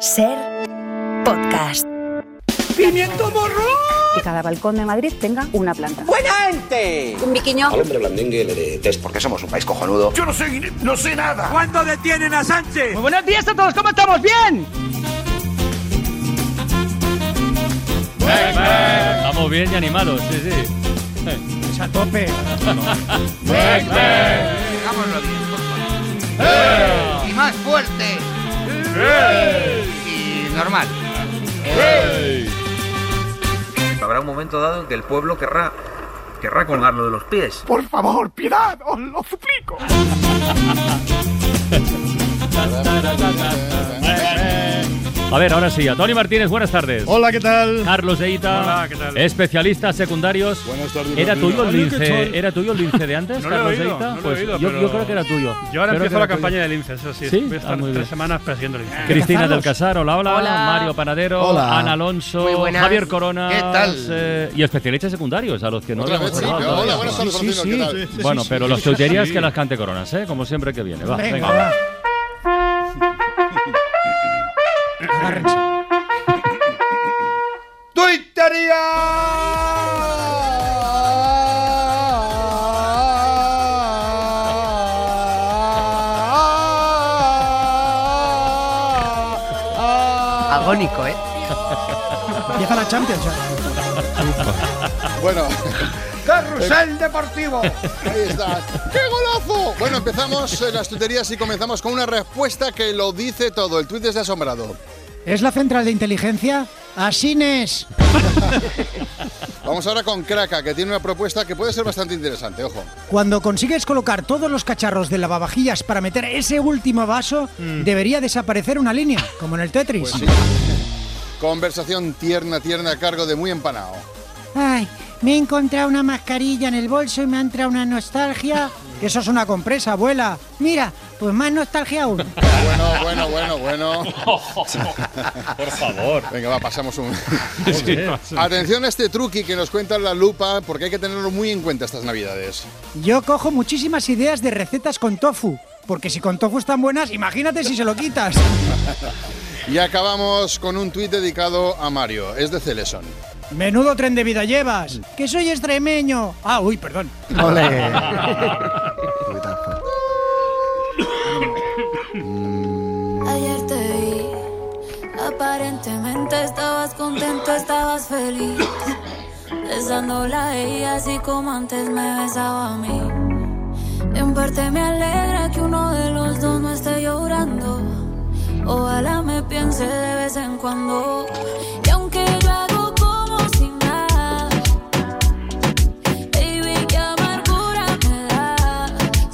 Ser podcast. ¡Pimiento morro! que cada balcón de Madrid tenga una planta. ¡Buena gente! Un biquiño. Al hombre blandengue le detesto porque somos un país cojonudo. Yo no sé, no sé nada. ¿Cuándo detienen a Sánchez? Muy buenos días a todos, ¿cómo estamos? ¿Bien? Estamos bien y animados, sí, sí. a tope. Digámoslo bien, por favor. Y más fuerte. ¡Eh! Y normal. Habrá un momento dado en que el pueblo querrá, querrá colgarlo de los pies. Por favor, piedad, os lo suplico. A ver, ahora sí, a Tony Martínez, buenas tardes. Hola, ¿qué tal? Carlos Eita, Hola, ¿qué tal? especialistas secundarios. Buenas tardes, ¿Era Martina. tuyo, el Ay, qué chol. lince, ¿Era tuyo el lince de antes, No lo he Carlos oído, Eita? no lo he pues oído, yo, yo pero- creo que era tuyo. Yo ahora Creo que empiezo era la tuyo. campaña de linces, eso sí. ¿Sí? Voy a estar Ah, muy bien. tres semanas persiguiendo linces. Cristina del Casar, hola, hola, Mario Panadero, Hola. Ana Alonso, Muy buenas. Javier Corona. eh, ¿Qué tal? y especialistas secundarios, a los que no Otra le hemos vez, sí. hablado Hola, todavía. buenas tardes, Sí, Martino, sí. ¿qué tal? Bueno, Sí, pero sí, las sí. teorías Sí. que las cante Coronas, ¿eh? Como siempre que viene. Va, Venga, venga. va. Agónico, ¿eh? Empieza la Champions. Bueno, ¡Carrusel deportivo! ahí está. ¡Qué golazo! Bueno, empezamos eh, las tuterías y comenzamos con una respuesta que lo dice todo. El tuit es de asombrado. ¿Es la central de inteligencia? ¡Asines! Vamos ahora con Kraka, que tiene una propuesta que puede ser bastante interesante, ojo. Cuando consigues colocar todos los cacharros de lavavajillas para meter ese último vaso, debería desaparecer una línea, como en el Tetris. Mm. Pues sí. Conversación tierna, tierna, a cargo de muy empanado. Ay, me he encontrado una mascarilla en el bolso y me ha entrado una nostalgia. Eso es una compresa, abuela. Mira, pues más nostalgia aún. Bueno, bueno, bueno, bueno. Por favor. Venga, va, pasamos un... Sí. Atención a este truqui que nos cuenta la lupa, porque hay que tenerlo muy en cuenta estas navidades. Yo cojo muchísimas ideas de recetas con tofu, porque si con tofu están buenas, imagínate si se lo quitas. Y acabamos con un tuit dedicado a Mario, es de Celeson. Menudo tren de vida llevas, que soy extremeño. Ah, uy, perdón. Ayer te vi, aparentemente estabas contento, estabas feliz. Besándola a ella así como antes me besaba a mí. En parte me alegra que uno de los dos no esté llorando. Ojalá me piense de vez en cuando. Y aunque yo hago como si nada, baby, qué amargura me da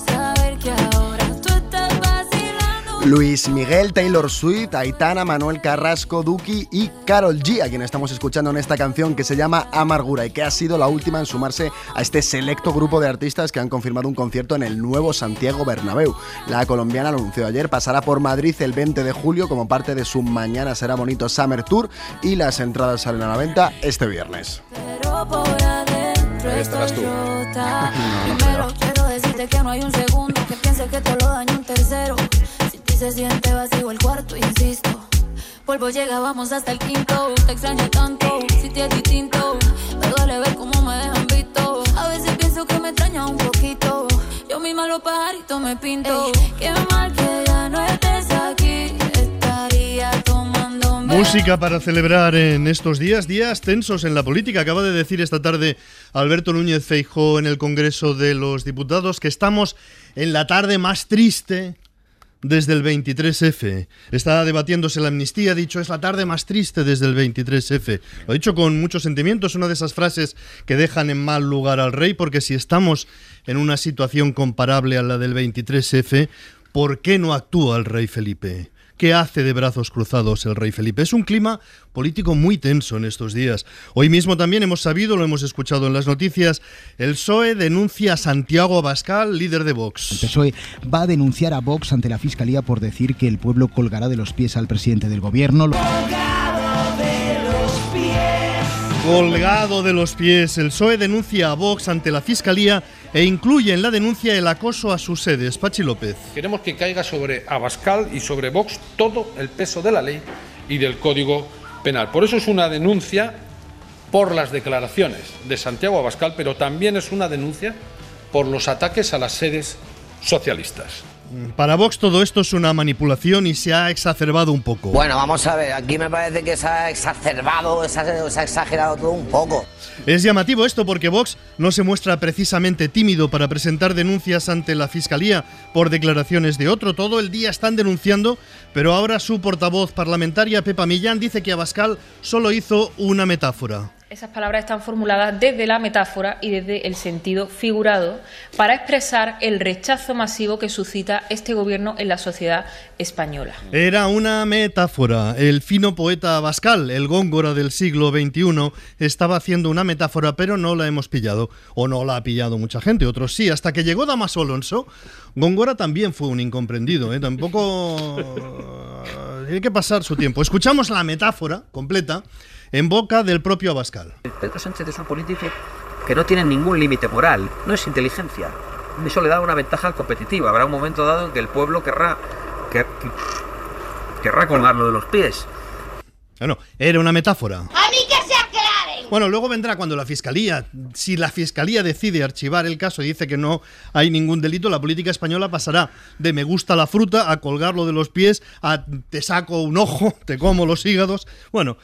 saber que ahora tú estás vacilando. Luis Miguel, Taylor Swift, Aitana, Manuel Carrasco, Duki y Carol G, a quien estamos escuchando en esta canción que se llama Amargura y que ha sido la última en sumarse a este selecto grupo de artistas que han confirmado un concierto en el nuevo Santiago Bernabéu. La colombiana anunció ayer pasará por Madrid el 20 de julio como parte de su Mañana será bonito Summer Tour y las entradas salen a la venta este viernes. Pero por adentro Ahí estarás estoy tú. rota. Primero quiero decirte que no hay un segundo que piense que te lo daño un tercero. Si te se siente vacío el cuarto, insisto. Vuelvo, llega, vamos hasta el quinto. Te extraño tanto, si te es distinto. Me duele ver cómo me dejan visto. A veces pienso que me extraña un poquito. Yo misma los pajaritos me pinto. qué mal que ya no estés aquí. Estaría tomando Música para celebrar en estos días, días tensos en la política. Acaba de decir esta tarde Alberto Núñez Feijó en el Congreso de los Diputados que estamos en la tarde más triste desde el 23F. Está debatiéndose la amnistía, ha dicho, es la tarde más triste desde el 23F. Lo ha dicho con muchos sentimientos, una de esas frases que dejan en mal lugar al rey, porque si estamos en una situación comparable a la del 23F, ¿por qué no actúa el rey Felipe? ¿Qué hace de brazos cruzados el rey Felipe? Es un clima político muy tenso en estos días. Hoy mismo también hemos sabido, lo hemos escuchado en las noticias, el PSOE E denuncia a Santiago Abascal, líder de Vox. E PSOE va a denunciar a Vox ante la Fiscalía por decir que el pueblo colgará de los pies al presidente del gobierno. Colgado de los pies, el PSOE denuncia a Vox ante la Fiscalía e incluye en la denuncia el acoso a sus sedes. Pachi López. Queremos que caiga sobre Abascal y sobre Vox todo el peso de la ley y del Código Penal. Por eso es una denuncia por las declaraciones de Santiago Abascal, pero también es una denuncia por los ataques a las sedes socialistas. Para Vox todo esto es una manipulación y se ha exacerbado un poco. Bueno, vamos a ver, aquí me parece que se ha exacerbado, se ha, se ha exagerado todo un poco. Es llamativo esto porque Vox no se muestra precisamente tímido para presentar denuncias ante la Fiscalía por declaraciones de otro. Todo el día están denunciando, pero ahora su portavoz parlamentaria, Pepa Millán, dice que Abascal solo hizo una metáfora. Esas palabras están formuladas desde la metáfora y desde el sentido figurado para expresar el rechazo masivo que suscita este gobierno en la sociedad española. Era una metáfora. El fino poeta Abascal, el góngora del siglo XXI, estaba haciendo una metáfora, pero no la hemos pillado. O no la ha pillado mucha gente, otros sí. Hasta que llegó Damaso Alonso, Góngora también fue un incomprendido. ¿eh? Tampoco. Tiene que pasar su tiempo. Escuchamos la metáfora completa en boca del propio Abascal. Pedro Sánchez es un político que no tiene ningún límite moral, no es inteligencia. Eso le da una ventaja competitiva. Habrá un momento dado en que el pueblo querrá, quer, querrá colgarlo de los pies. Bueno, era una metáfora. ¡A mí que se aclaren! Bueno, luego vendrá cuando la fiscalía, si la fiscalía decide archivar el caso y dice que no hay ningún delito, la política española pasará de me gusta la fruta a colgarlo de los pies, a te saco un ojo, te como los hígados. Bueno,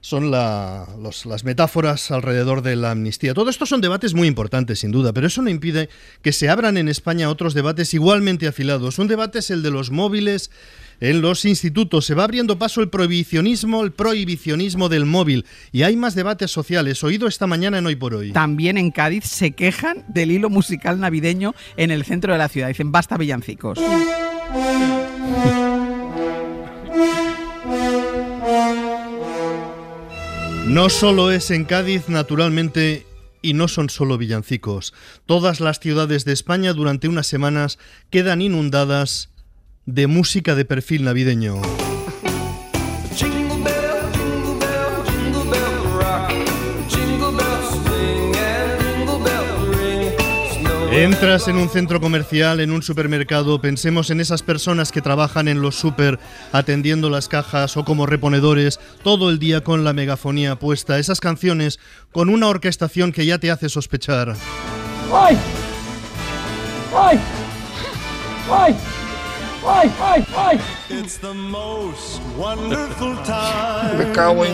son la, los, las metáforas alrededor de la amnistía. Todo esto son debates muy importantes, sin duda, pero eso no impide que se abran en España otros debates igualmente afilados. Un debate es el de los móviles en los institutos. Se va abriendo paso el prohibicionismo, el prohibicionismo del móvil. Y hay más debates sociales, oído esta mañana en Hoy por Hoy. También en Cádiz se quejan del hilo musical navideño en el centro de la ciudad. Dicen, basta villancicos. No solo es en Cádiz, naturalmente, y no son solo villancicos. Todas las ciudades de España durante unas semanas quedan inundadas de música de perfil navideño. Entras en un centro comercial, en un supermercado, pensemos en esas personas que trabajan en los super atendiendo las cajas o como reponedores, todo el día con la megafonía puesta, esas canciones con una orquestación que ya te hace sospechar. ¡Ay! ¡Ay! ¡Ay! ¡Ay, ay, ay! It's the most wonderful time Me cago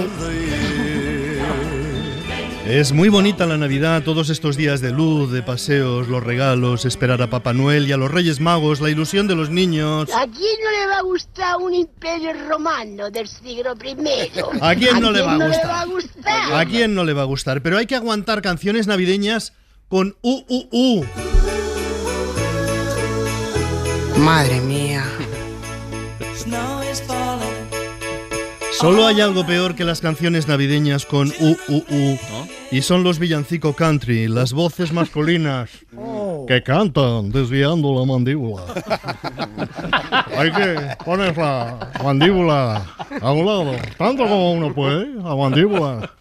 es muy bonita la Navidad, todos estos días de luz, de paseos, los regalos, esperar a Papá Noel y a los Reyes Magos, la ilusión de los niños. ¿A quién no le va a gustar un imperio romano del siglo I? ¿A quién no, ¿A le, quién va a no gustar? le va a gustar? ¿A quién no le va a gustar? Pero hay que aguantar canciones navideñas con u u u. Madre mía. Solo hay algo peor que las canciones navideñas con u u u y son los villancico country, las voces masculinas que cantan desviando la mandíbula. Hay que poner la mandíbula a un lado, tanto como uno puede, la mandíbula.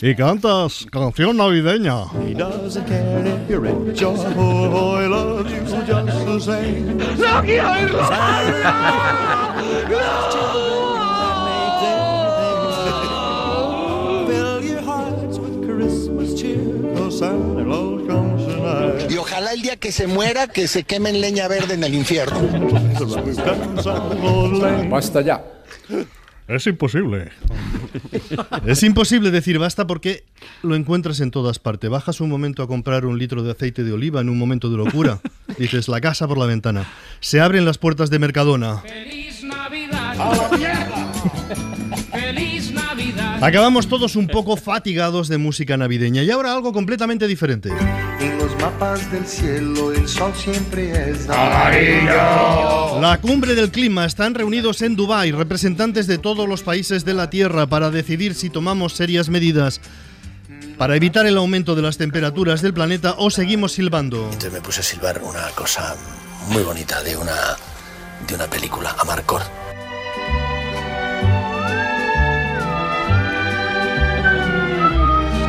Y cantas canción navideña. ¡No quiero oírlo! ¡No! Y ojalá el día que se muera que se queme en leña verde en el infierno. Basta ya. Es imposible. es imposible decir basta porque lo encuentras en todas partes. Bajas un momento a comprar un litro de aceite de oliva en un momento de locura. Dices la casa por la ventana. Se abren las puertas de Mercadona. ¡Feliz Navidad! ¡A la mierda! ¡Feliz Navidad! Acabamos todos un poco fatigados de música navideña y ahora algo completamente diferente. En los mapas del cielo el sol siempre es amarillo. La cumbre del clima están reunidos en Dubái representantes de todos los países de la Tierra para decidir si tomamos serias medidas para evitar el aumento de las temperaturas del planeta o seguimos silbando. Entonces me puse a silbar una cosa muy bonita de una de una película, Amarcord.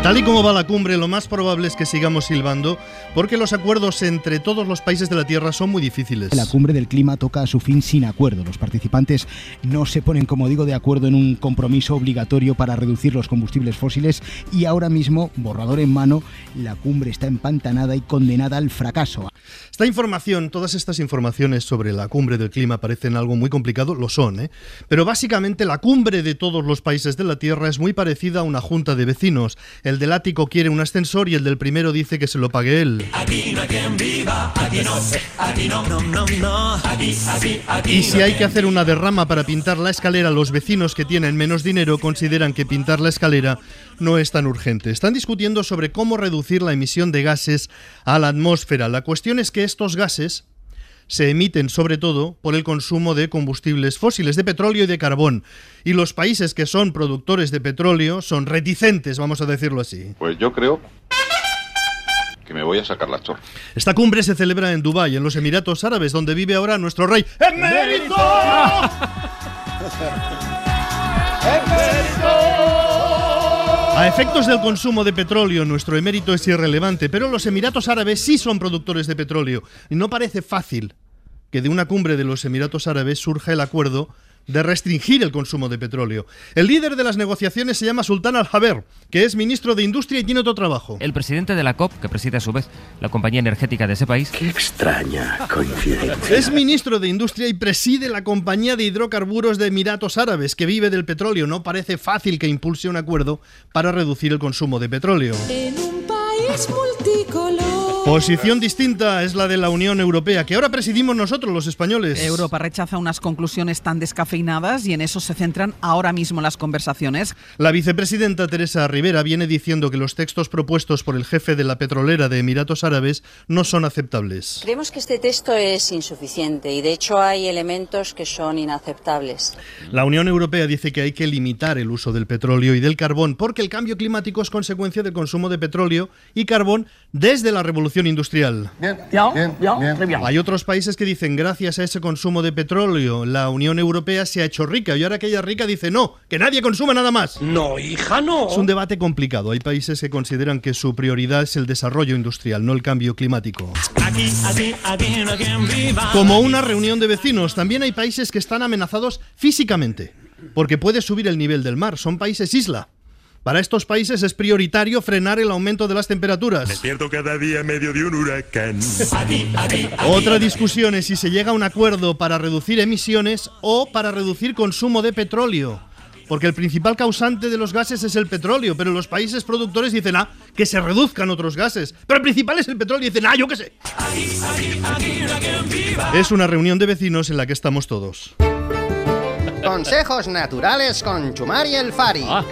Tan Tal y como va la cumbre, lo más probable es que sigamos silbando, porque los acuerdos entre todos los países de la Tierra son muy difíciles. La cumbre del clima toca a su fin sin acuerdo. Los participantes no se ponen, como digo, de acuerdo en un compromiso obligatorio para reducir los combustibles fósiles y ahora mismo, borrador en mano, la cumbre está empantanada y condenada al fracaso. Esta información, todas estas informaciones sobre la cumbre del clima parecen algo muy complicado, lo son, ¿eh? pero básicamente la cumbre de todos los países de la Tierra es muy parecida a una junta de vecinos. El del ático quiere un ascensor y el del primero dice que se lo pague él. Aquí no hay quien viva, aquí no, aquí no, no, no, no, aquí, aquí, aquí Y si no hay que hacer una derrama para pintar la escalera, los vecinos que tienen menos dinero consideran que pintar la escalera no es tan urgente. Están discutiendo sobre cómo reducir la emisión de gases a la atmósfera. La cuestión es que estos gases se emiten sobre todo por el consumo de combustibles fósiles, de petróleo y de carbón. Y los países que son productores de petróleo son reticentes, vamos a decirlo así. Pues yo creo que me voy a sacar la chorra. Esta cumbre se celebra en Dubái, en los Emiratos Árabes, donde vive ahora nuestro rey. ¡Emérito! ¡Emérito! A efectos del consumo de petróleo, nuestro emérito es irrelevante, pero los Emiratos Árabes sí son productores de petróleo. Y no parece fácil que de una cumbre de los Emiratos Árabes surja el acuerdo de restringir el consumo de petróleo. El líder de las negociaciones se llama Sultán Al-Haber, que es ministro de Industria y tiene otro trabajo. El presidente de la COP, que preside a su vez la compañía energética de ese país. Qué extraña coincidencia. Es ministro de Industria y preside la compañía de hidrocarburos de Emiratos Árabes, que vive del petróleo. No parece fácil que impulse un acuerdo para reducir el consumo de petróleo. En un país multicolor. Posición distinta es la de la Unión Europea, que ahora presidimos nosotros los españoles. Europa rechaza unas conclusiones tan descafeinadas y en eso se centran ahora mismo las conversaciones. La vicepresidenta Teresa Rivera viene diciendo que los textos propuestos por el jefe de la petrolera de Emiratos Árabes no son aceptables. Creemos que este texto es insuficiente y de hecho hay elementos que son inaceptables. Mm. La Unión Europea dice que hay que limitar el uso del petróleo y del carbón porque el cambio climático es consecuencia del consumo de petróleo y carbón desde la revolución industrial. Bien, bien, bien, Hay otros países que dicen, gracias a ese consumo de petróleo, la Unión Europea se ha hecho rica y ahora aquella rica dice, no, que nadie consuma nada más. No, hija, no. Es un debate complicado. Hay países que consideran que su prioridad es el desarrollo industrial, no el cambio climático. Aquí, aquí, aquí no hay quien viva. Como una reunión de vecinos, también hay países que están amenazados físicamente, porque puede subir el nivel del mar. Son países isla. Para estos países es prioritario frenar el aumento de las temperaturas. Me pierdo cada día en medio de un huracán. Otra discusión es si se llega a un acuerdo para reducir emisiones o para reducir consumo de petróleo. Porque el principal causante de los gases es el petróleo, pero los países productores dicen, ah, que se reduzcan otros gases. Pero el principal es el petróleo y dicen, ah, yo qué sé. Es una reunión de vecinos en la que estamos todos. Consejos naturales con Chumari el Fari. Ah,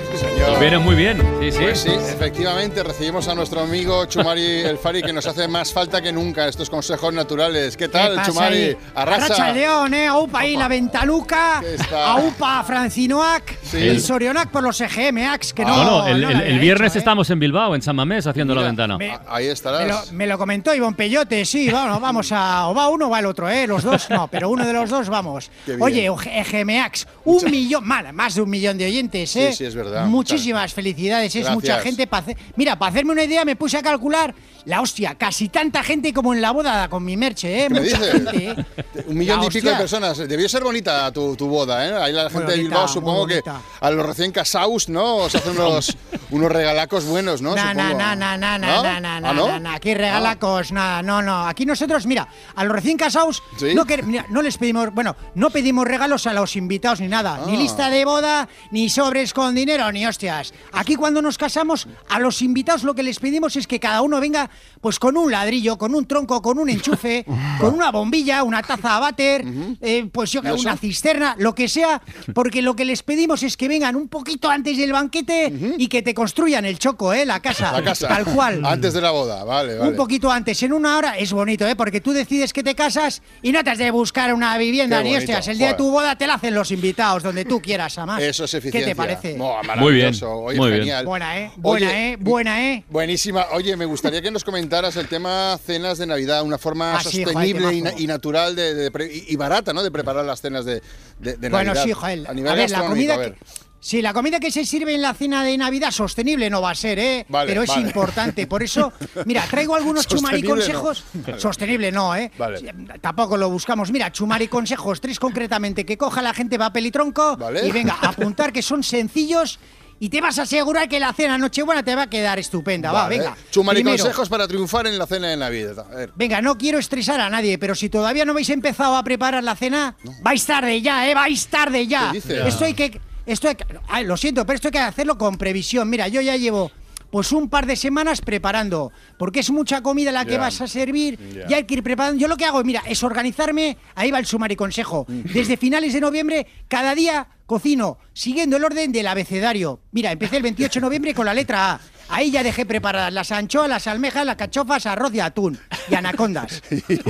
nos viene muy bien. Sí, sí. Pues sí, efectivamente, recibimos a nuestro amigo Chumari el Fari, que nos hace más falta que nunca estos consejos naturales. ¿Qué tal, pasa Chumari? ahí? Arracha León, ¿eh? Aupa ahí, la Ventaluca. ¿Qué está? Aupa Francinoac. Sí. Y Sorionac por los EGM, Ax, que no. No, no, Ah. el, no el- la el había viernes hecho, ¿eh? estamos en Bilbao, en San Mamés, haciendo la ventana. Me, Ah, Ahí me lo, estarás. me lo comentó Ivonne Pellote, sí, vamos, vamos a. O va uno o va el otro, ¿eh? Los dos no, pero uno de los dos vamos. Qué bien. Oye, EGM Ax, un millón, mal, más de un millón de oyentes, Sí, ¿eh? sí, es verdad. Muchísimas felicidades, es Gracias. mucha gente. pa' hacer- Mira, para hacerme una idea, me puse a calcular la hostia, casi tanta gente como en la boda con mi merche, ¿eh? ¿Qué me Mucha dices? gente, ¿eh? Un millón La y pico de hostia. personas. Debió ser bonita tu, tu boda, ¿eh? Ahí la gente de bonita, Bilbao, muy supongo que bonita. a los recién casados, ¿no? Os hacen unos, unos regalacos buenos, ¿no? Na, na, Supongo. na, na, na, ¿No? na, na, na, ¿Ah, no? na, na. Aquí regalacos, nada, no, no. Aquí nosotros, mira, a los recién casados ¿Sí? no, quer- mira, no les pedimos, bueno, no pedimos regalos a los invitados ni nada, ni Ah. lista de boda, ni sobres con dinero, ni hostias. Aquí cuando nos casamos, a los invitados lo que les pedimos es que cada uno venga pues con un ladrillo, con un tronco, con un enchufe, con una bombilla, una taza a váter, eh, pues yo que ¿Y eso? una cisterna, lo que sea, porque lo que les pedimos es que vengan un poquito antes del banquete y que te construyan el choco, ¿eh? La casa. La casa. Tal cual. Antes de la boda, vale, vale. Un poquito antes, en una hora, es bonito, ¿eh? Porque tú decides que te casas y no te has de buscar una vivienda Qué ni bonito, hostias. El día de joder. tu boda te la hacen los invitados, donde tú quieras, además. Eso es ¿Qué eficiencia. te parece? Buah, Muy bien, maravilloso. Oye, muy bien. genial. Buena, ¿eh? Buena, Oye, ¿eh? Buena, ¿eh? Buenísima. Oye, me gustaría que nos comentaras el tema cenas de Navidad, una forma Ah, sí, joder, sostenible y, na- temazo. y natural de, de pre- y y barata, ¿no? De preparar las cenas de, de- de Bueno, Navidad. sí, Joel. A A, nivel ver, la gastronómico, comida, a ver. que- Sí, la comida que se sirve en la cena de Navidad sostenible no va a ser, ¿eh? Vale, Pero es vale. importante. Por eso, mira, traigo algunos Sostenible chumari no. consejos. Vale. Sostenible no, ¿eh? Vale. Sí, Tampoco lo buscamos. Mira, chumari consejos, tres concretamente, que coja la gente papel y tronco Vale. y venga, apuntar que son sencillos y te vas a asegurar que la cena Nochebuena te va a quedar estupenda. Va, Vale. venga. Chumari Primero, consejos para triunfar en la cena de Navidad. A ver. Venga, no quiero estresar a nadie, pero si todavía no habéis empezado a preparar la cena, vais tarde ya, ¿eh? Vais tarde ya. ¿Qué dices? Esto hay que. Esto hay que- ay, lo siento, pero esto hay que hacerlo con previsión. Mira, yo ya llevo. Pues un par de semanas preparando, porque es mucha comida la que Ya. vas a servir Ya. y hay que ir preparando. Yo lo que hago, mira, es organizarme, ahí va el sumario consejo. Desde finales de noviembre, cada día cocino, siguiendo el orden del abecedario. Mira, empecé el 28 de noviembre con la letra A. Ahí ya dejé preparadas las anchoas, las almejas, las cachofas, arroz y atún. Y anacondas.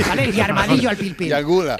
¿Vale? Y armadillo al pilpil. Y alguna.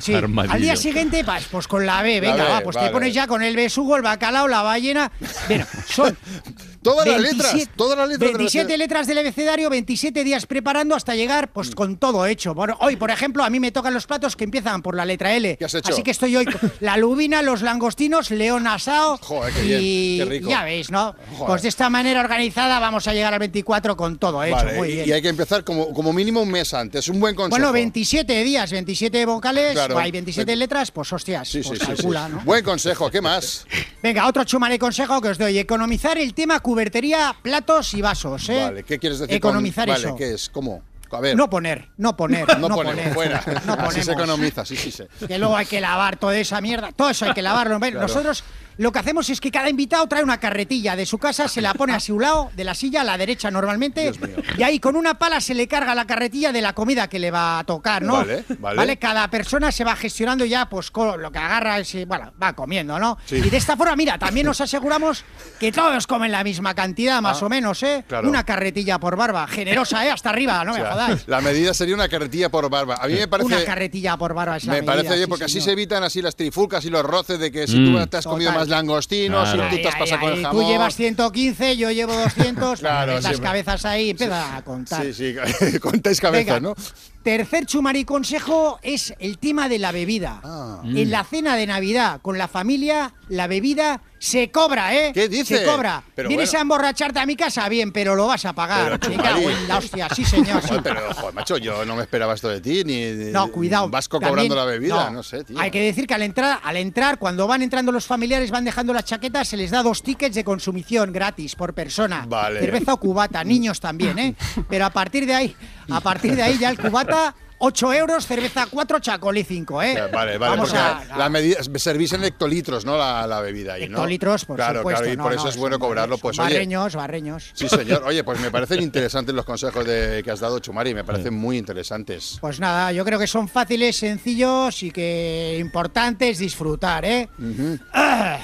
Sí. Al día siguiente, vas, pues con la B, venga, La B, va, pues vale. te pones ya con el besugo, el bacalao, la ballena. Bueno, son. Todas las letras, todas las letras del 27 abecedario. letras del abecedario, 27 días preparando hasta llegar, pues con todo hecho. Bueno, hoy, por ejemplo, a mí me tocan los platos que empiezan por la letra L. ¿Qué has hecho? Así que estoy hoy con la lubina, los langostinos, león asado. Joder, qué bien, y qué rico. ya veis, ¿no? Joder. Pues de esta manera organizada vamos a llegar al 24 con todo hecho. Vale, Muy y- bien. Y hay que empezar como, como mínimo un mes antes. Un buen consejo. Bueno, 27 días, 27 vocales, Claro. hay 27 letras, pues hostias, Sí, sí, pues sí, sí. calcula, ¿no? Buen consejo, ¿qué más? Venga, otro chumare consejo que os doy, economizar el tema cubertería, platos y vasos, ¿eh? Vale, ¿qué quieres decir? con- Economizar vale, eso. ¿qué es? ¿Cómo? A ver. No poner, no poner, No no poner, poner. fuera. No Así se ponemos. economiza, sí, sí, sí. Que luego hay que lavar toda esa mierda, todo eso hay que lavarlo. Ven, Claro. Nosotros lo que hacemos es que cada invitado trae una carretilla de su casa, se la pone a su lado, de la silla a la derecha normalmente, y ahí con una pala se le carga la carretilla de la comida que le va a tocar, ¿no? Vale, vale. Cada persona se va gestionando ya, pues con lo que agarra, es, eh, bueno, va comiendo, ¿no? Sí. Y de esta forma, mira, también nos aseguramos que todos comen la misma cantidad, más Ah, o menos, ¿eh? claro. Una carretilla por barba, generosa, ¿eh? Hasta arriba, no O me sea, jodáis. la medida sería una carretilla por barba. A mí me parece. Una carretilla por barba es la Me medida, parece bien, sí, porque así señor. se evitan así las trifulcas y los roces de que si Mm. tú te has comido Total. más langostinos, Claro. si tú te has Ay, pasado con ay, el Eh, tú jamón. llevas 115, yo llevo 200. Claro, las siempre. cabezas ahí, empieza a contar. Sí, sí, contáis cabezas, Venga. ¿no? Tercer chumari consejo es el tema de la bebida. Ah. Mm. En la cena de Navidad con la familia, la bebida se cobra, ¿eh? ¿Qué dice? Se cobra. Pero Vienes bueno. a emborracharte a mi casa, bien, pero lo vas a pagar. Pero, Me cago chumari. en la hostia, sí, señor. sí. Joder, pero, joder, macho, yo no me esperaba esto de ti, ni. ni- No, cuidado. Vas co- también- cobrando la bebida, no, sé, tío. Hay que decir que al entrar, al entrar, cuando van entrando los familiares, van dejando las chaquetas, se les da dos tickets de consumición gratis por persona. Vale. Cerveza o cubata, niños también, ¿eh? Pero a partir de ahí, a partir de ahí ya el cubata, 8 euros, cerveza 4, chacolí 5, ¿eh? O sea, Vale, vale, Vamos porque a- la medida, servís en hectolitros, ¿no? La, la bebida ahí, ¿no? Hectolitros, por claro, supuesto, Claro, y no, por no, eso es son bueno cobrarlo, pues oye, barreños, barreños. Sí, señor. Oye, pues me parecen interesantes los consejos de- que has dado, Chumari. Me parecen muy interesantes. Pues nada, yo creo que son fáciles, sencillos y que importante es disfrutar, ¿eh? Ujú. Ah.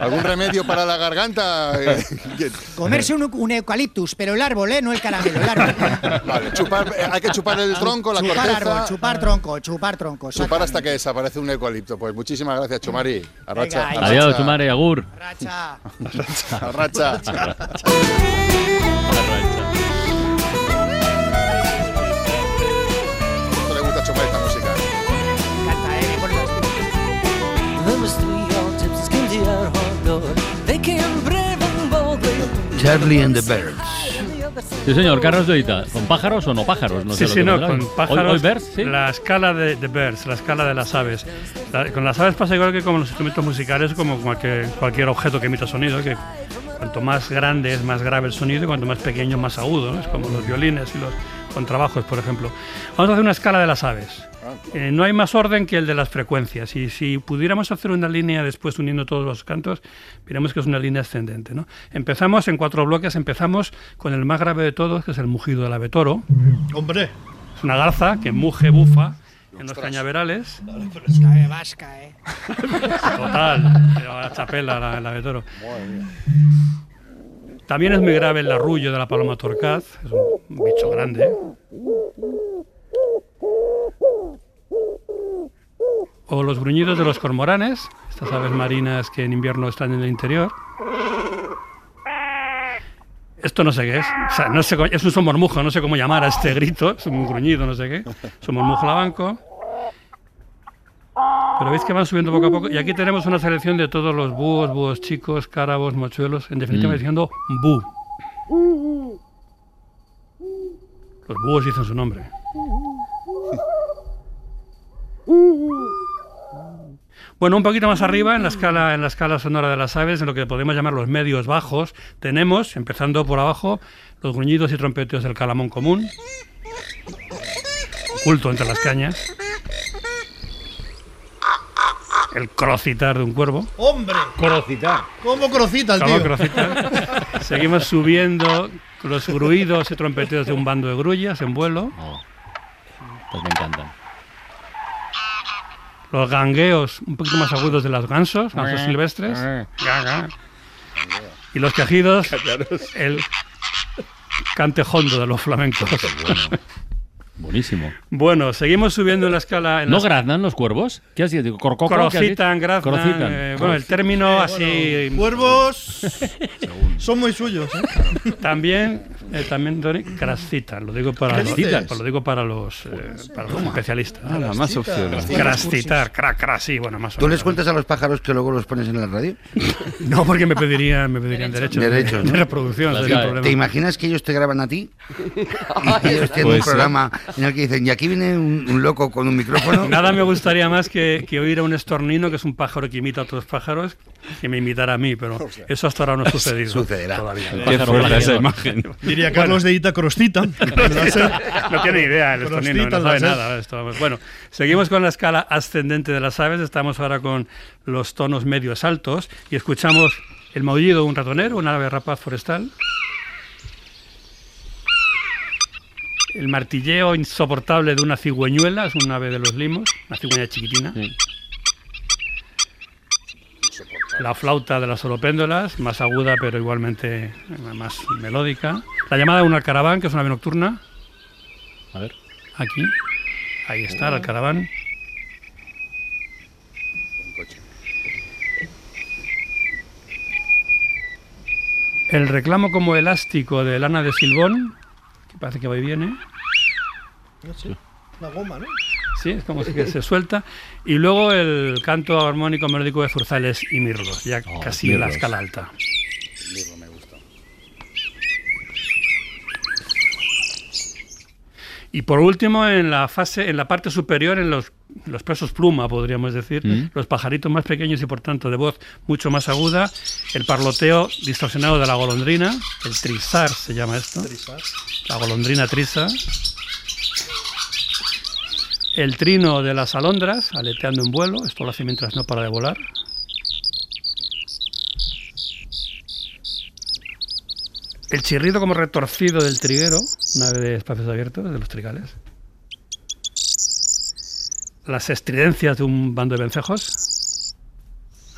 ¿Algún remedio para la garganta? Eh, Comerse un, un eucaliptus, pero el árbol, ¿eh? No el caramelo, el árbol. Vale, chupar, eh, hay que chupar el tronco, la Ah, chupar corteza. árbol, chupar tronco, chupar tronco. Chupar hasta que desaparece un eucalipto. Pues muchísimas gracias, Chumari. Arracha. Venga, arracha. Adiós, Chumare, Agur. Racha. Arracha. ¿Cuánto le gusta chupar esta música? eh, Charlie and the Birds. Sí, señor, Carlos Doita. ¿Con pájaros o no pájaros? No sí, sé lo sí, que no, pondrán. con pájaros. Hoy, hoy Birds, sí. La escala de, de Birds, la escala de las aves. La- con las aves pasa igual que con los instrumentos musicales, como cualquier, cualquier objeto que emita sonido, que cuanto más grande es más grave el sonido y cuanto más pequeño más agudo, ¿no? Es como los violines y los contrabajos, por ejemplo. Vamos a hacer una escala de las aves. Eh, no hay más orden que el de las frecuencias. Y si pudiéramos hacer una línea después uniendo todos los cantos, veremos que es una línea ascendente. ¿no? Empezamos en cuatro bloques, empezamos con el más grave de todos, que es el mugido del ave toro. Hombre, Es una garza que muge, bufa en los cañaverales. Vasca, eh, vasca, eh. Total, pero a chapela la, la de toro. También es muy grave el arrullo de la paloma torcaz, es un bicho grande. O los gruñidos de los cormoranes, estas aves marinas que en invierno están en el interior. Esto no sé qué es. O sea, no sé, co- es un somormujo, no sé cómo llamar a este grito. Es un gruñido, no sé qué. Somormujo labanco. Pero veis que van subiendo poco a poco. Y aquí tenemos una selección de todos los búhos, búhos chicos, cárabos, mochuelos. En definitiva, Mm. diciendo bú. Los búhos dicen su nombre. Bueno, un poquito más arriba en la escala en la escala sonora de las aves, en lo que podemos llamar los medios bajos, tenemos, empezando por abajo, los gruñidos y trompeteos del calamón común, oculto entre las cañas, el crocitar de un cuervo, ¡Hombre! crocitar, ¿Cómo crocita el tío? Seguimos subiendo los gruidos y trompeteos de un bando de grullas en vuelo. Pues me encantan. los gangueos un poquito más agudos de los gansos, Eh, gansos silvestres, y los quejidos, el cantejondo de los flamencos. Buenísimo. Bueno, seguimos subiendo en la escala. En ¿No las- graznan los cuervos? ¿Qué has dicho? ¿Corcoco? ¿Qué has dicho? Crocitan, graznan, Crocitan. eh, bueno, el término así... Cuervos son muy suyos. ¿eh? También, eh, también Tony, crascitan, lo digo para los, Crascitas. pues lo digo para los, eh, para los especialistas. Ah, la más opciones. Crascitar, cra, cra, sí, bueno, más o ¿Tú les menos. cuentas a los pájaros que luego los pones en la radio? No, porque me pedirían, me pedirían derechos, de- Derechos, de, ¿no? reproducción, sería un problema. ¿Te imaginas que ellos te graban a ti? Y ellos tienen Puede un ser. programa en el que dicen, y aquí viene un, un loco con un micrófono. Nada me gustaría más que, que oír a un estornino, que es un pájaro que imita a otros pájaros, que me imitara a mí, pero eso hasta ahora no ha sucedido. Sucederá. Todavía. Qué fuerte esa imagen. Diría Carlos de Ita Crostita. no tiene idea el estonino, Crostita, no sabe las es. nada. de esto, vamos. Bueno, seguimos con la escala ascendente de las aves, estamos ahora con los tonos medios altos y escuchamos el maullido de un ratonero, un ave rapaz forestal. El martilleo insoportable de una cigüeñuela, es un ave de los limos, una cigüeña chiquitina. La flauta de las oropéndolas, más aguda pero igualmente eh, más melódica. La llamada de un alcaraván, que es una ave nocturna. A ver. Aquí. Ahí está el alcaraván. El reclamo como elástico de lana de silbón, que parece que va y viene. Ah, Una goma, ¿no? Sí, es como si que se suelta. Y luego el canto armónico melódico de Zurzales y Mirlos, ya casi en la Oh, Mirlos. escala alta. Y por último, en la fase, en la parte superior, en los, los pesos pluma, podríamos decir, Mm. los pajaritos más pequeños y por tanto de voz mucho más aguda, el parloteo distorsionado de la golondrina, el trizar se llama esto, la golondrina triza, el trino de las alondras, aleteando en vuelo, esto lo hace mientras no para de volar. El chirrido como retorcido del triguero, una de espacios abiertos, de los trigales. Las estridencias de un bando de vencejos.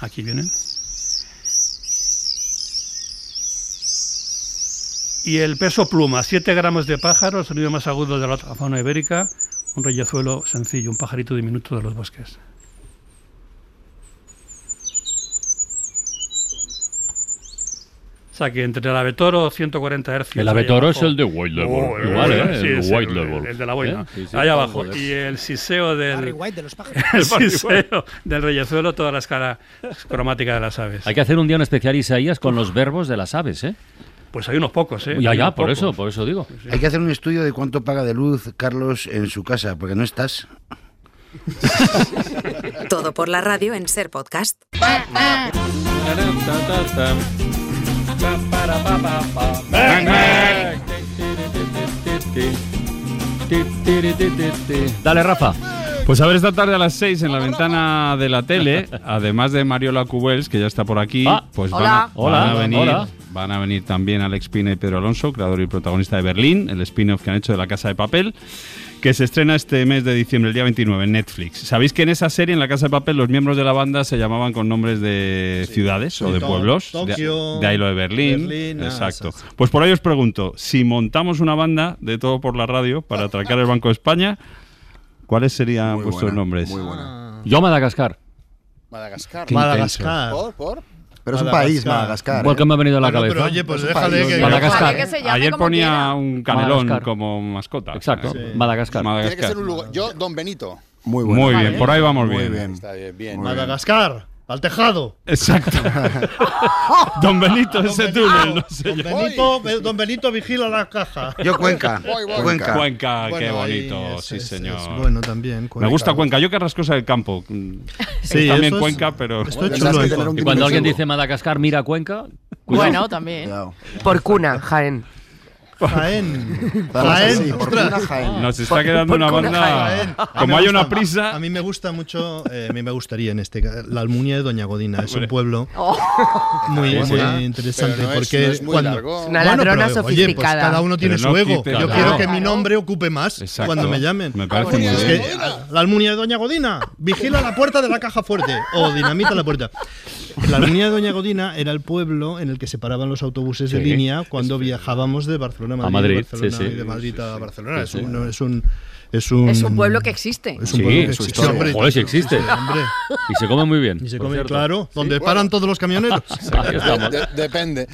Aquí vienen. Y el peso pluma, 7 gramos de pájaro, el sonido más agudo de la fauna ibérica, un reyezuelo sencillo, un pajarito diminuto de los bosques. O sea que entre el avetoro 140 Hz. El avetoro es el de White Label. Oh, Igual, ¿eh? El White Label. El, de la boina. ¿Eh? Sí, sí. allá abajo. Joder. Y el siseo del. Barry White de los pájaros. el Barry siseo del reyezuelo, toda la escala cromática de las aves. Hay que hacer un día un especial Isaías con los verbos de las aves, ¿eh? Pues hay unos pocos, ¿eh? Ya, Hay ya, unos por pocos. eso, por eso digo. Hay que hacer un estudio de cuánto paga de luz Carlos en su casa, porque no estás. Todo por la radio en Ser Podcast. Mm. Dale, Rafa. Pues a ver, esta tarde a las 6 en la ventana de la tele, además de Mariola Cubels, que ya está por aquí, Ah, pues hola. van, a, van a Hola, venir, hola. van a venir también Alex Pina y Pedro Alonso, creador y protagonista de Berlín, el spin-off que han hecho de La Casa de Papel, que se estrena este mes de diciembre, el día 29, en Netflix. Sabéis que en esa serie, en La Casa de Papel, los miembros de la banda se llamaban con nombres de ciudades o de To- pueblos. de- Tokio, de, ahí lo de Berlín. Berlín, ah, exacto. Pues por ahí os pregunto, si montamos una banda de todo por la radio para atracar el Banco de España, ¿Cuáles serían vuestros buena, nombres? muy Ah. Yo Madagascar. Madagascar. Qué Madagascar. ¿Por? ¿por? Pero es un país, Madagascar. ¿Por qué me ha venido a la Bueno, cabeza? pero oye, pues Es un déjale país. que- Madagascar. Déjale que se llame Ayer como ponía quiera. un canelón como mascota. Exacto, Sí. Madagascar. Tiene que ser un lugar. Yo, Don Benito. Muy bueno. Muy bien, por ahí vamos Muy bien. bien. Está bien, Madagascar, al tejado. Exacto. Don Benito, ese túnel, no sé Don yo. Benito, don Benito vigila la caja. Yo Cuenca. Voy, voy. Cuenca. Cuenca, Bueno, qué ahí bonito, es- sí es- señor. es bueno también, Me Cuenca. gusta Cuenca, yo Carrascosa del Campo. mm, Sí, también eso es- Cuenca, pero... esto es chulo, Tendrás que ¿eh? tener un Y cuando alguien dice Madagascar, mira a Cuenca. Bueno, también. Por cuna, Jaén. Jaén. Vamos Jaén. así, por ostras. una Jaén. Nos está Por- quedando por una una banda- Jaén. como A mí hay me una gusta- prisa- A mí me gusta mucho, eh, a mí me gustaría en este ca- la Almunia de Doña Godina. Es un pueblo Oh. muy, Está muy buena, interesante. pero no es- porque no es muy cuando- largo. Es Bueno, una ladrona pero, Oye, pues sofisticada. cada uno tiene Pero su no ego. quite- Yo claro. quiero que mi nombre ocupe más cuando me llamen. Me parece muy Es bien. que, la Almunia de Doña Godina, vigila la puerta de la caja fuerte o dinamita la puerta. La Almunia de Doña Godina era el pueblo en el que se paraban los autobuses de Sí. línea cuando viajábamos de Barcelona A a Madrid, Madrid, Barcelona sí, sí. y de Madrid a Barcelona. Sí, Es, sí. un, es, un, es un- Es un pueblo que existe. es un Sí, pueblo que es su existe, historia. hombre. Joder, sí existe. Sí, hombre. Y se come muy bien. Y se por come, cierto. claro, donde Bueno. paran todos los camioneros. Ahí estamos. De- depende.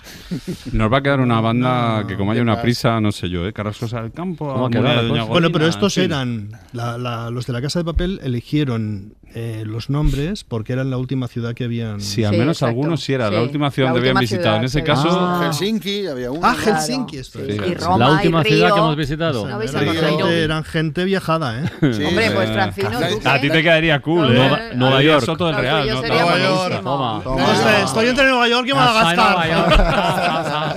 Nos va a quedar una banda que como haya una prisa, no sé yo, ¿eh? Carrascosa del Campo, ¿Cómo ha Almunia quedado de la Doña cosa? Bueno, Godina, pero estos en fin. eran. la- la- los de la Casa de Papel eligieron eh, los nombres porque eran la última ciudad que habían. Sí, al Sí, menos exacto. algunos sí era la Sí, última ciudad la donde habían última visitado. En ese ciudad que caso- habían- Helsinki había uno. Ah, ¿no? Helsinki, esto es. Sí. Ah, Y Roma, la última y Río. ciudad que hemos visitado. ¿No habéis Eran acordado? gente, eran gente viajada, ¿eh? Sí, Hombre, sí. pues, Francino, ¿tú qué? A ti te quedaría cool, ¿eh? Nueva- Nueva Adrián York. Soto del Lo Real, tuyo ¿no? sería Toma. buenísimo. Toma. No sé, estoy entre Nueva York y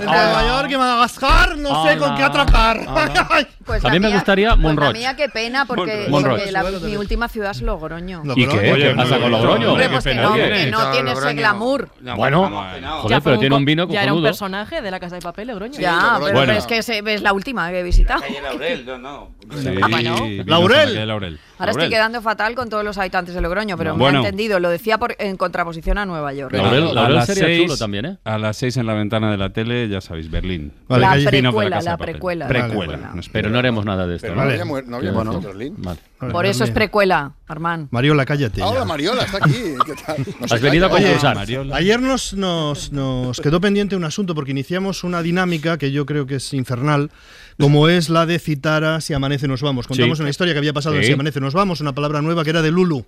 Madagascar. entre Nueva York y Madagascar, no sé con qué atracar. Ay, Pues También la me mía- gustaría pues la Monroch. mía, qué pena, porque, Monroch. porque la- mi última ciudad es Logroño. ¿Y qué? ¿Qué pasa con Logroño? ¿eh? Hombre, pues que no, que no Oye. tiene ese glamour. Bueno, Ya joder, fue pero tiene co- un vino ya era un cojonudo. personaje de la Casa de Papel, Logroño. Sí, ya, Logroño. pero Bueno. es que es, es la última que he visitado. Sí, Ah, bueno. vino Laurel. Santa María de Laurel. Ahora estoy Laurel. quedando fatal con todos los habitantes de Logroño, pero me Bueno. ha entendido. Lo decía por, en contraposición a Nueva York. Laurel- A Laurel las sería seis- chulo también, ¿eh? A las 6 en la ventana de la tele, ya sabéis, Berlín. Vale, La Vino de precuela, Casa de la Papel. precuela. Precuela. Vale. nos Pero espera. no haremos nada de esto. Pero ¿no? no había muer- no había Quiero muerto decir, Berlín. Vale. Por eso es precuela, Armán. Mariola, cállate. ya. Ahora Mariola está aquí. ¿Qué tal? No se calla. Oye, Mariola. Ayer nos, nos, nos quedó pendiente un asunto porque iniciamos una dinámica que yo creo que es infernal, como es la de citar a Si amanece nos vamos. Contamos Sí. una historia que había pasado en Sí. Si amanece nos vamos, una palabra nueva que era de Lulu.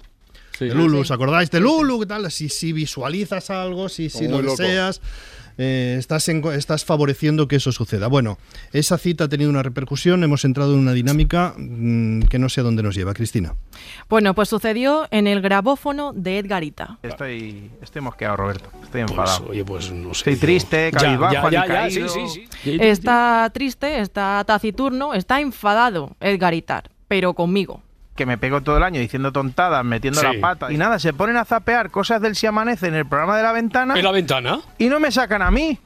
Sí. de Lulu, Sí. ¿os acordáis? De Lulu, ¿qué tal? Si, si visualizas algo, si, si Muy lo loco. deseas. eh, estás, en- estás favoreciendo que eso suceda. Bueno, esa cita ha tenido una repercusión, hemos entrado en una dinámica mm, que no sé a dónde nos lleva, Cristina. Bueno, pues sucedió en el grabófono de Edgarita. Estoy, estoy mosqueado, Roberto. Estoy Pues, enfadado. oye, pues no sé. estoy yo- triste, Ya, cabizbajo, ya, ya, ya, alicaído. sí, sí, sí. Está triste, está taciturno, está enfadado Edgaritar, pero conmigo. Que me pego todo el año diciendo tontadas, metiendo Sí. las patas. Y nada, se ponen a zapear cosas del Si Amanece en el programa de la ventana. ¿En la ventana? Y no me sacan a mí.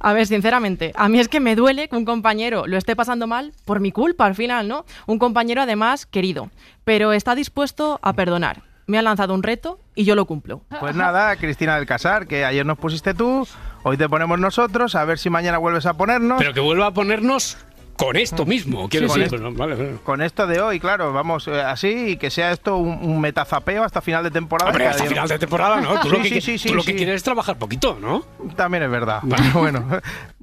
A ver, sinceramente, a mí es que me duele que un compañero lo esté pasando mal por mi culpa al final, ¿no? Un compañero además querido, pero está dispuesto a perdonar. Me ha lanzado un reto y yo lo cumplo. Pues nada, Cristina del Casar, que ayer nos pusiste tú, hoy te ponemos nosotros, a ver si mañana vuelves a ponernos. Pero que vuelva a ponernos con esto mismo. Quiero Sí, sí. decir, pero, vale, vale. Con esto de hoy, claro, vamos eh, así y que sea esto un, un metazapeo hasta final de temporada. Hombre, que hasta adiós. final de temporada, ¿no? Tú lo Sí, que, sí, sí, sí, tú lo que sí. quieres es trabajar poquito, ¿no? También es verdad. Pero bueno.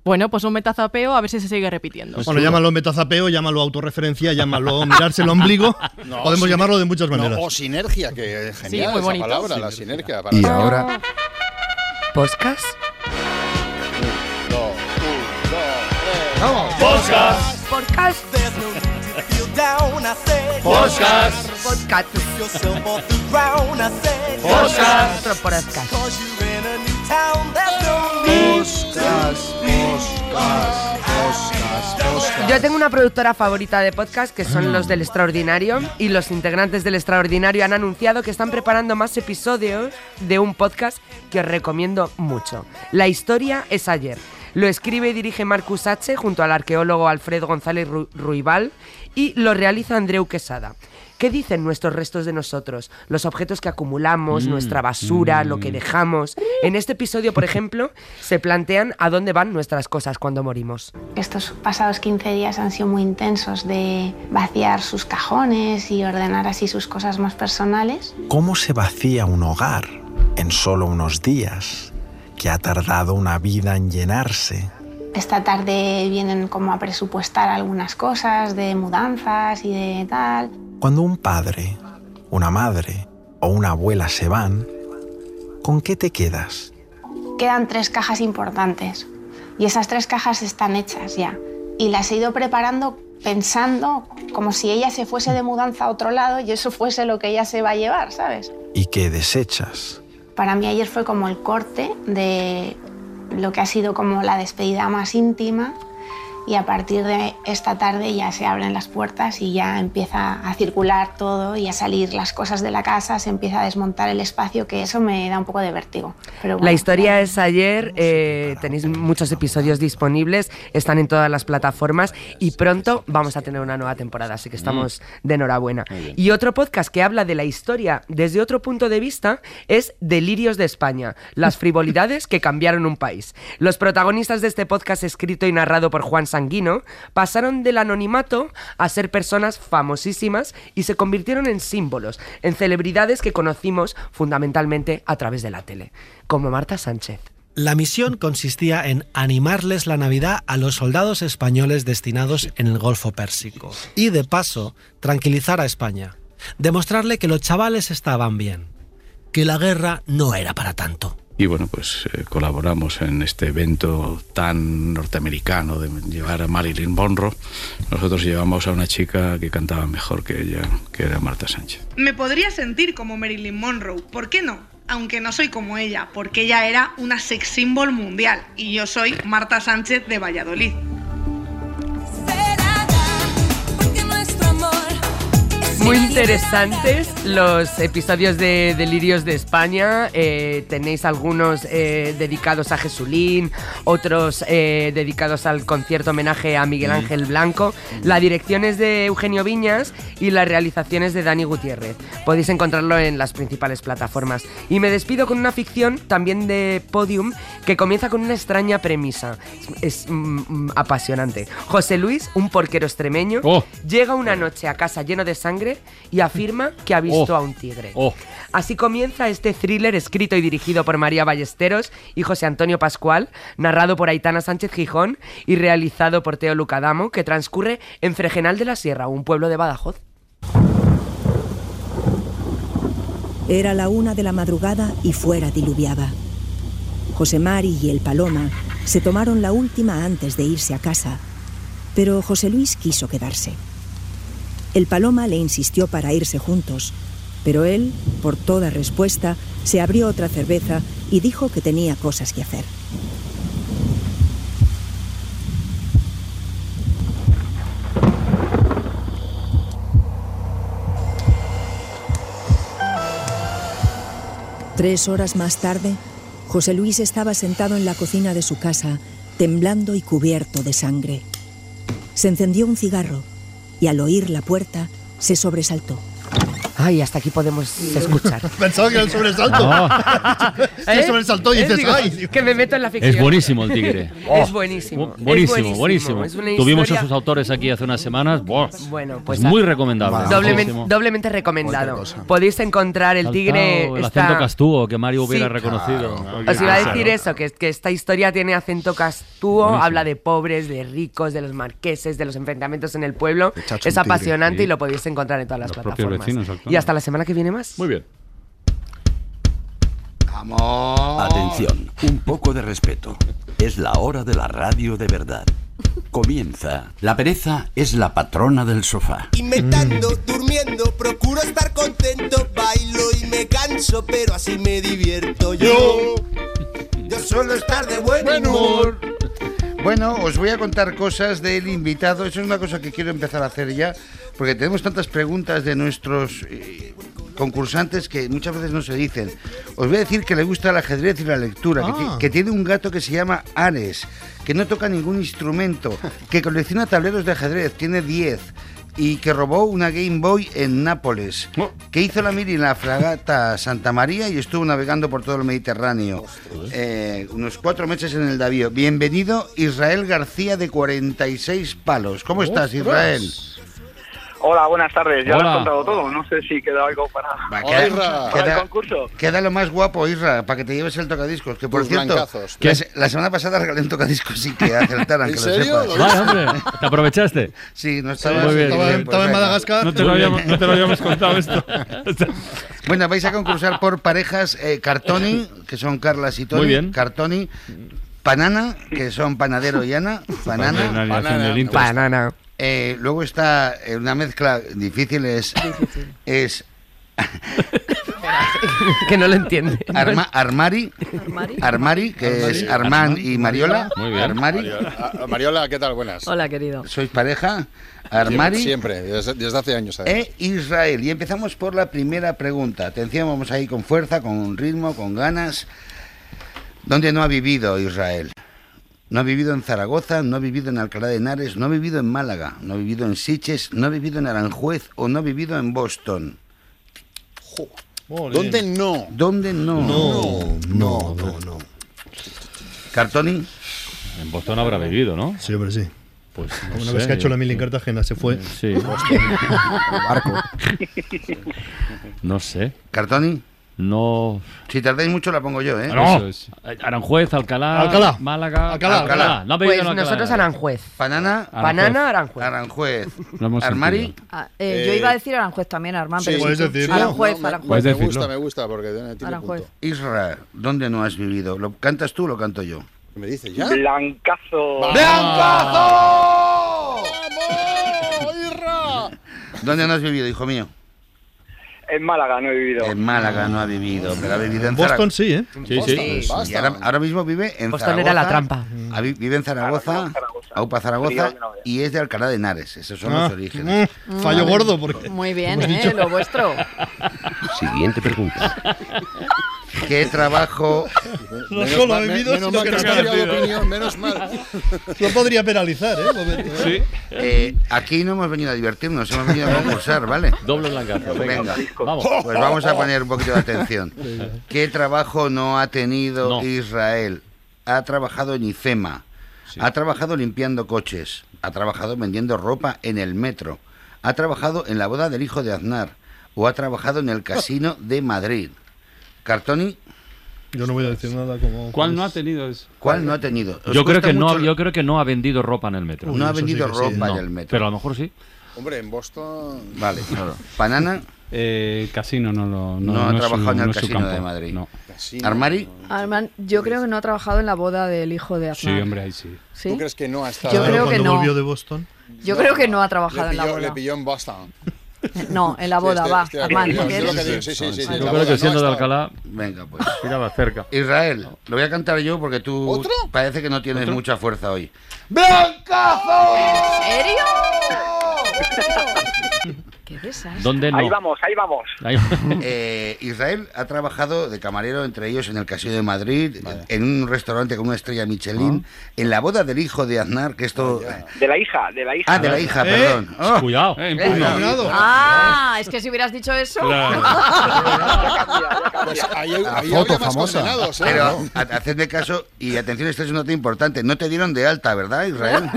Bueno, pues un metazapeo a ver si se sigue repitiendo. bueno, llámalo metazapeo, llámalo autorreferencia, llámalo mirarse el ombligo. No, Podemos sí. llamarlo de muchas No, maneras. o sinergia, que es Sí, genial muy esa bonito. palabra, la sinergia. Y ahora- ¿Poscas? ¡Vamos! Podcast. Podcast. Podcast. Podcast. Podcast. Podcast. Yo tengo una productora favorita de podcast que son los del Extraordinario y los integrantes del Extraordinario han anunciado que están preparando más episodios de un podcast que os recomiendo mucho. La historia es ayer. Lo escribe y dirige Marcus H. junto al arqueólogo Alfred González Ru- Ruibal y lo realiza Andreu Quesada. ¿Qué dicen nuestros restos de nosotros? Los objetos que acumulamos, Mm, nuestra basura, lo que dejamos. En este episodio, por ejemplo, se plantean a dónde van nuestras cosas cuando morimos. Estos pasados 15 días han sido muy intensos de vaciar sus cajones y ordenar así sus cosas más personales. ¿Cómo se vacía un hogar en solo unos días que ha tardado una vida en llenarse? Esta tarde vienen como a presupuestar algunas cosas de mudanzas y de tal. Cuando un padre una madre o una abuela se van, ¿con qué te quedas? Quedan tres cajas importantes y esas tres cajas están hechas ya. Y las he ido preparando pensando como si ella se fuese de mudanza a otro lado y eso fuese lo que ella se va a llevar, ¿sabes? ¿Y qué desechas? Para mí ayer fue como el corte de lo que ha sido como la despedida más íntima y a partir de esta tarde ya se abren las puertas y ya empieza a circular todo y a salir las cosas de la casa, se empieza a desmontar el espacio, que eso me da un poco de vértigo. Pero bueno, La historia es ayer, eh, tenéis muchos episodios disponibles, están en todas las plataformas y pronto vamos a tener una nueva temporada, así que estamos de enhorabuena. Y otro podcast que habla de la historia desde otro punto de vista es Delirios de España, las frivolidades que cambiaron un país. Los protagonistas de este podcast escrito y narrado por Juan Sanguino pasaron del anonimato a ser personas famosísimas y se convirtieron en símbolos, en celebridades que conocimos fundamentalmente a través de la tele, como Marta Sánchez. La misión consistía en animarles la Navidad a los soldados españoles destinados en el Golfo Pérsico y de paso tranquilizar a España, demostrarle que los chavales estaban bien, que la guerra no era para tanto. Y bueno, pues eh, colaboramos en este evento tan norteamericano de llevar a Marilyn Monroe. Nosotros llevamos a una chica que cantaba mejor que ella, que era Marta Sánchez. Me podría sentir como Marilyn Monroe, ¿por qué no? Aunque no soy como ella, porque ella era una sex symbol mundial y yo soy Marta Sánchez de Valladolid. Muy interesantes los episodios de Delirios de España. Eh, tenéis algunos eh, dedicados a Jesulín, otros eh, dedicados al concierto homenaje a Miguel Mm. Ángel Blanco. La dirección es de Eugenio Viñas y las realizaciones de Dani Gutiérrez. Podéis encontrarlo en las principales plataformas. Y me despido con una ficción también de Podium que comienza con una extraña premisa. Es, es, mm, mm, apasionante. José Luis, un porquero extremeño, Oh. Llega una noche a casa lleno de sangre y afirma que ha visto Oh. a un tigre. Así comienza este thriller escrito y dirigido por María Ballesteros y José Antonio Pascual, narrado por Aitana Sánchez Gijón y realizado por Teo Lucadamo, que transcurre en Fregenal de la Sierra, un pueblo de Badajoz. Era la una de la madrugada y fuera diluviaba. José Mari y el Paloma se tomaron la última antes de irse a casa, pero José Luis quiso quedarse. El Paloma le insistió para irse juntos, pero él, por toda respuesta, se abrió otra cerveza y dijo que tenía cosas que hacer. Tres horas más tarde, José Luis estaba sentado en la cocina de su casa, temblando y cubierto de sangre. Se encendió un cigarro y al oír la puerta se sobresaltó. Ay, hasta aquí podemos escuchar. Pensaba que era el sobresalto. No. Se sobresaltó y Eh, dices, digo, ay. Que me meto en la ficción. Es buenísimo el tigre. es Oh, buenísimo. bu- Buenísimo, es buenísimo. Es una Tuvimos a historia sus autores aquí hace unas semanas. Buah. Bueno, pues es muy recomendable. Doblemente, Buenísimo. doblemente recomendado. Podéis encontrar el tigre. Saltao, el está- acento castúo que Mario hubiera Sí. reconocido. Os iba a decir eso, que, que esta historia tiene acento castúo, Buenísimo. habla de pobres, de ricos, de los marqueses, de los enfrentamientos en el pueblo. De Chacho Es un tigre, apasionante sí. y lo podéis encontrar en todas las Los propios plataformas. vecinos actúan. y hasta la semana que viene más. Muy bien. Atención, un poco de respeto. Es la hora de la radio de verdad. Comienza. La pereza es la patrona del sofá. Inventando, durmiendo, procuro estar contento, bailo y me canso, pero así me divierto yo. Yo solo estar de buen humor. Bueno, os voy a contar cosas del invitado. Eso es una cosa que quiero empezar a hacer ya, porque tenemos tantas preguntas de nuestros eh, concursantes que muchas veces no se dicen. Os voy a decir que le gusta el ajedrez y la lectura, que ti- Ah. que, tiene un gato que se llama Ares, que no toca ningún instrumento, que colecciona tableros de ajedrez, tiene 10. Y que robó una Game Boy en Nápoles. Que hizo la mili en la fragata Santa María y estuvo navegando por todo el Mediterráneo. Eh, unos cuatro meses en el Davío. Bienvenido, Israel García, de 46 palos. ¿Cómo estás, Ostras. Israel? Hola, buenas tardes. Ya lo Hola. has contado todo. No sé si queda algo para, queda- para queda- el concurso. Queda lo más guapo, Isra, para que te lleves el tocadiscos. Que por Tus cierto, blancazos. la, ¿Qué? se- la semana pasada regalé un tocadiscos y que acertaran. ¿En que serio? Lo sepas. ¿Lo Vale, viste? hombre, ¿te aprovechaste? Sí, no estaba, Sí, muy bien, estaba- bien. estaba en Venga. Madagascar. No te lo habíamos- no te lo habíamos contado esto. bueno, vais a concursar por parejas eh, Cartoni, que son Carlas y Tony. Muy bien. Cartoni. Panana, que son Panadero y Ana. Panana Panana. y Panana. haciendo el intro. Banana. Eh, luego está eh, una mezcla difícil, es... es que no lo entiende. Arma- armari, armari, que Armari. es Armán y Mariola. Muy bien. Armari. Mariola, a- Ah, Mariola, ¿qué tal? Buenas. Hola, querido. ¿Sois pareja? Armari. Siempre, desde, desde hace años. además. E Israel. Y empezamos por la primera pregunta. Atención, vamos ahí con fuerza, con ritmo, con ganas. ¿Dónde no ha vivido Israel? No ha vivido en Zaragoza, no ha vivido en Alcalá de Henares, no ha vivido en Málaga, no ha vivido en Siches, no ha vivido en Aranjuez o no ha vivido en Boston. ¿Dónde no? ¿Dónde no? No, no, no, ¿Cartoni? En Boston habrá vivido, ¿no? Sí, hombre, sí. Pues no Una sé, vez que ha hecho yo- la mil en Cartagena, se fue. Sí. No sé. ¿Cartoni? No. Si tardáis mucho la pongo yo, ¿eh? No. Eso es. Aranjuez, Alcalá. Alcalá. Málaga. Alcalá. Ah, No ha vivido Pues en Alcalá. nosotros Aranjuez. Banana. Banana, Aranjuez. Aranjuez. No hemos Armari. Ah, eh, yo Eh, iba a decir Aranjuez también, Armán. sí, pero puedes sí, sí. decirlo. Aranjuez, No, me- Aranjuez. me gusta, Me gusta porque tiene tiene Aranjuez. punto. Isra, ¿dónde no has vivido? ¿Lo cantas tú o lo canto yo? ¿Qué me dices ya? Blancazo. ¡Blancazo! ¡Vamos, Irra! ¿Dónde no has vivido, hijo mío? En Málaga no he vivido. En Málaga no ha vivido, pero ha vivido en Boston Zaragoza. sí, ¿eh? Sí, sí. Y ahora, ahora mismo vive en Boston Zaragoza. era la trampa. Ah, vi- Vive en Zaragoza, Aupa Zaragoza, y es de Alcalá de Henares. Esos son Ah, los orígenes. mm, fallo Vale. gordo, porque. Muy bien, hemos ¿eh? dicho- Lo vuestro. Siguiente pregunta. ¿Qué trabajo? No solo ha vivido, menos sino mal que que has lo ha cambiado de vivido. opinión, menos mal. Lo podría penalizar, ¿eh? Un momento, ¿eh? Eh, aquí no hemos venido a divertirnos, hemos venido a concursar, ¿vale? Doble blancazo. Venga, Venga. Vamos. pues vamos a poner un poquito de atención. Venga. ¿Qué trabajo no ha tenido Israel? Ha trabajado en IFEMA, ha trabajado limpiando coches, ha trabajado vendiendo ropa en el metro, ha trabajado en la boda del hijo de Aznar o ha trabajado en el casino de Madrid. Cartoni, Yo no voy a decir nada como. ¿Cuál no ha tenido eso? ¿cuál no ha tenido? ¿Os Yo creo, cuesta que no, mucho? yo creo que no ha vendido ropa en el metro. Uy, No ha eso sí vendido que sí. ropa en No, el metro. Pero a lo mejor sí. Hombre, en Boston. Vale, banana. Eh, casino no lo. No, No ha es trabajado en el es su casino campo. de Madrid. No. Armari. Armán, yo creo que no ha trabajado en la boda del hijo de Sí, Aznar. hombre, ahí sí. ¿Sí? ¿Tú crees que no ha estado? Yo creo que Cuando no. volvió de Boston. Yo creo que no ha trabajado Le en la pilló, le boda. pilló en Boston. No, en la boda, estoy- va, estoy de Armán. acuerdo, ¿qué es lo eres? que digo, sí, sí, sí, sí, Yo la creo boda, que siendo no de ha estado. Alcalá. Venga, pues. Mira más cerca. Israel, lo voy a cantar yo porque tú parece que no tienes mucha fuerza hoy. ¡Blancazo! ¿Serio? Qué desastre. ¿Dónde no? Ahí vamos, ahí vamos. Eh, Israel ha trabajado de camarero, entre ellos en el Casino de Madrid, en un restaurante con una estrella Michelin, Ah. en la boda del hijo de Aznar, que esto... De la hija, de la hija. ¿Eh? Ah, de la hija, perdón. Oh. Eh, Cuidado. Ah, es que si hubieras dicho eso. Pues ahí, ahí La había más condenados, ¿eh? Pero ha- hacedme caso y atención, esta es una nota importante. No te dieron de alta, ¿verdad, Israel?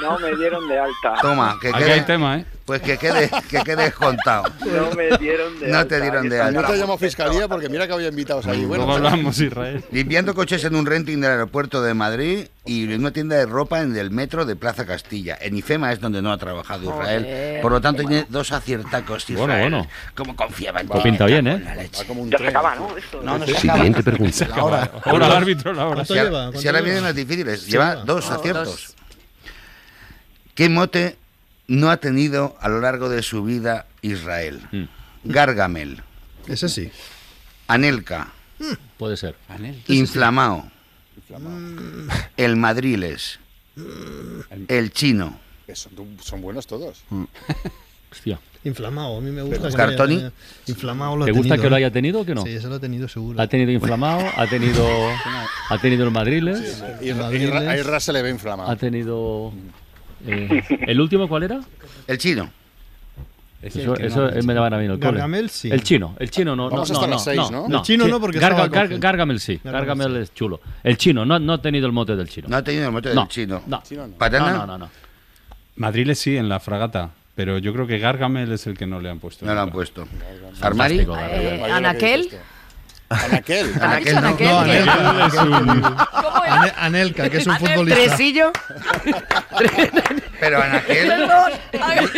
No me dieron de alta. Toma, que Aquí quede- hay tema, ¿eh? Pues que quede, que quede descontado. No me dieron de No alta. te dieron de No alta. te llamo fiscalía porque mira que había invitados ahí. Bueno, Luego hablamos, Israel. Limpiando coches en un renting del aeropuerto de Madrid y en una tienda de ropa en el metro de Plaza Castilla. En IFEMA es donde no ha trabajado Israel. Joder. Por lo tanto, tiene dos aciertacos. Israel. Bueno, bueno. Como confiaba en Pues pinta bien, ¿eh? leche. Ya se acaba, Ah, ¿no? Esto, No, no se acaba. Siguiente pregunta. Ahora, Ahora el árbitro, la hora. Si, ahora- lleva? ¿Cuánto si ahora lleva? vienen los difíciles. Sí, Lleva va. dos No, aciertos. ¿Qué mote no ha tenido a lo largo de su vida Israel? Gargamel, Ese sí. Anelka, Puede ser. Eh, Inflamao, El Madriles, El Chino. que son, son buenos todos. Hostia. Inflamado, a mí me gusta. Pero, que me haya- ¿Cartoni? me haya- Inflamado lo ha ¿Te gusta tenido, que lo ¿eh? haya tenido o que no? Sí, eso lo ha tenido seguro. Ha tenido inflamado, ha tenido. Ha tenido el Madriles. Y Ra- y Ra- a Irra se le ve inflamado. Ha tenido. eh, ¿El último cuál era? El Chino. Eso, eso me daban a mí en el cole. Gargamel sí. El chino, el chino no. Vamos no, hasta no, las seis, ¿no? El chino Sí, no, porque Garga- estaba Gar- cogido. Gargamel sí, Gargamel Gargamel es chulo. El chino, no, no ha tenido el mote del chino. No ha tenido el mote No, del Chino. no. Patana, No, no, no, no. Madriles sí, en la fragata. Pero yo creo que Gargamel es el que no le han puesto. No le han nunca. puesto. Armari. Eh, Anaquel. Anaquel. Anaquel, no. Anaquel, No, ¿qué? Anelka, que es un- ¿Cómo era? Ane- Anelka, que es un Anel- futbolista. ¿Tresillo? Pero Anaquel. Perdón.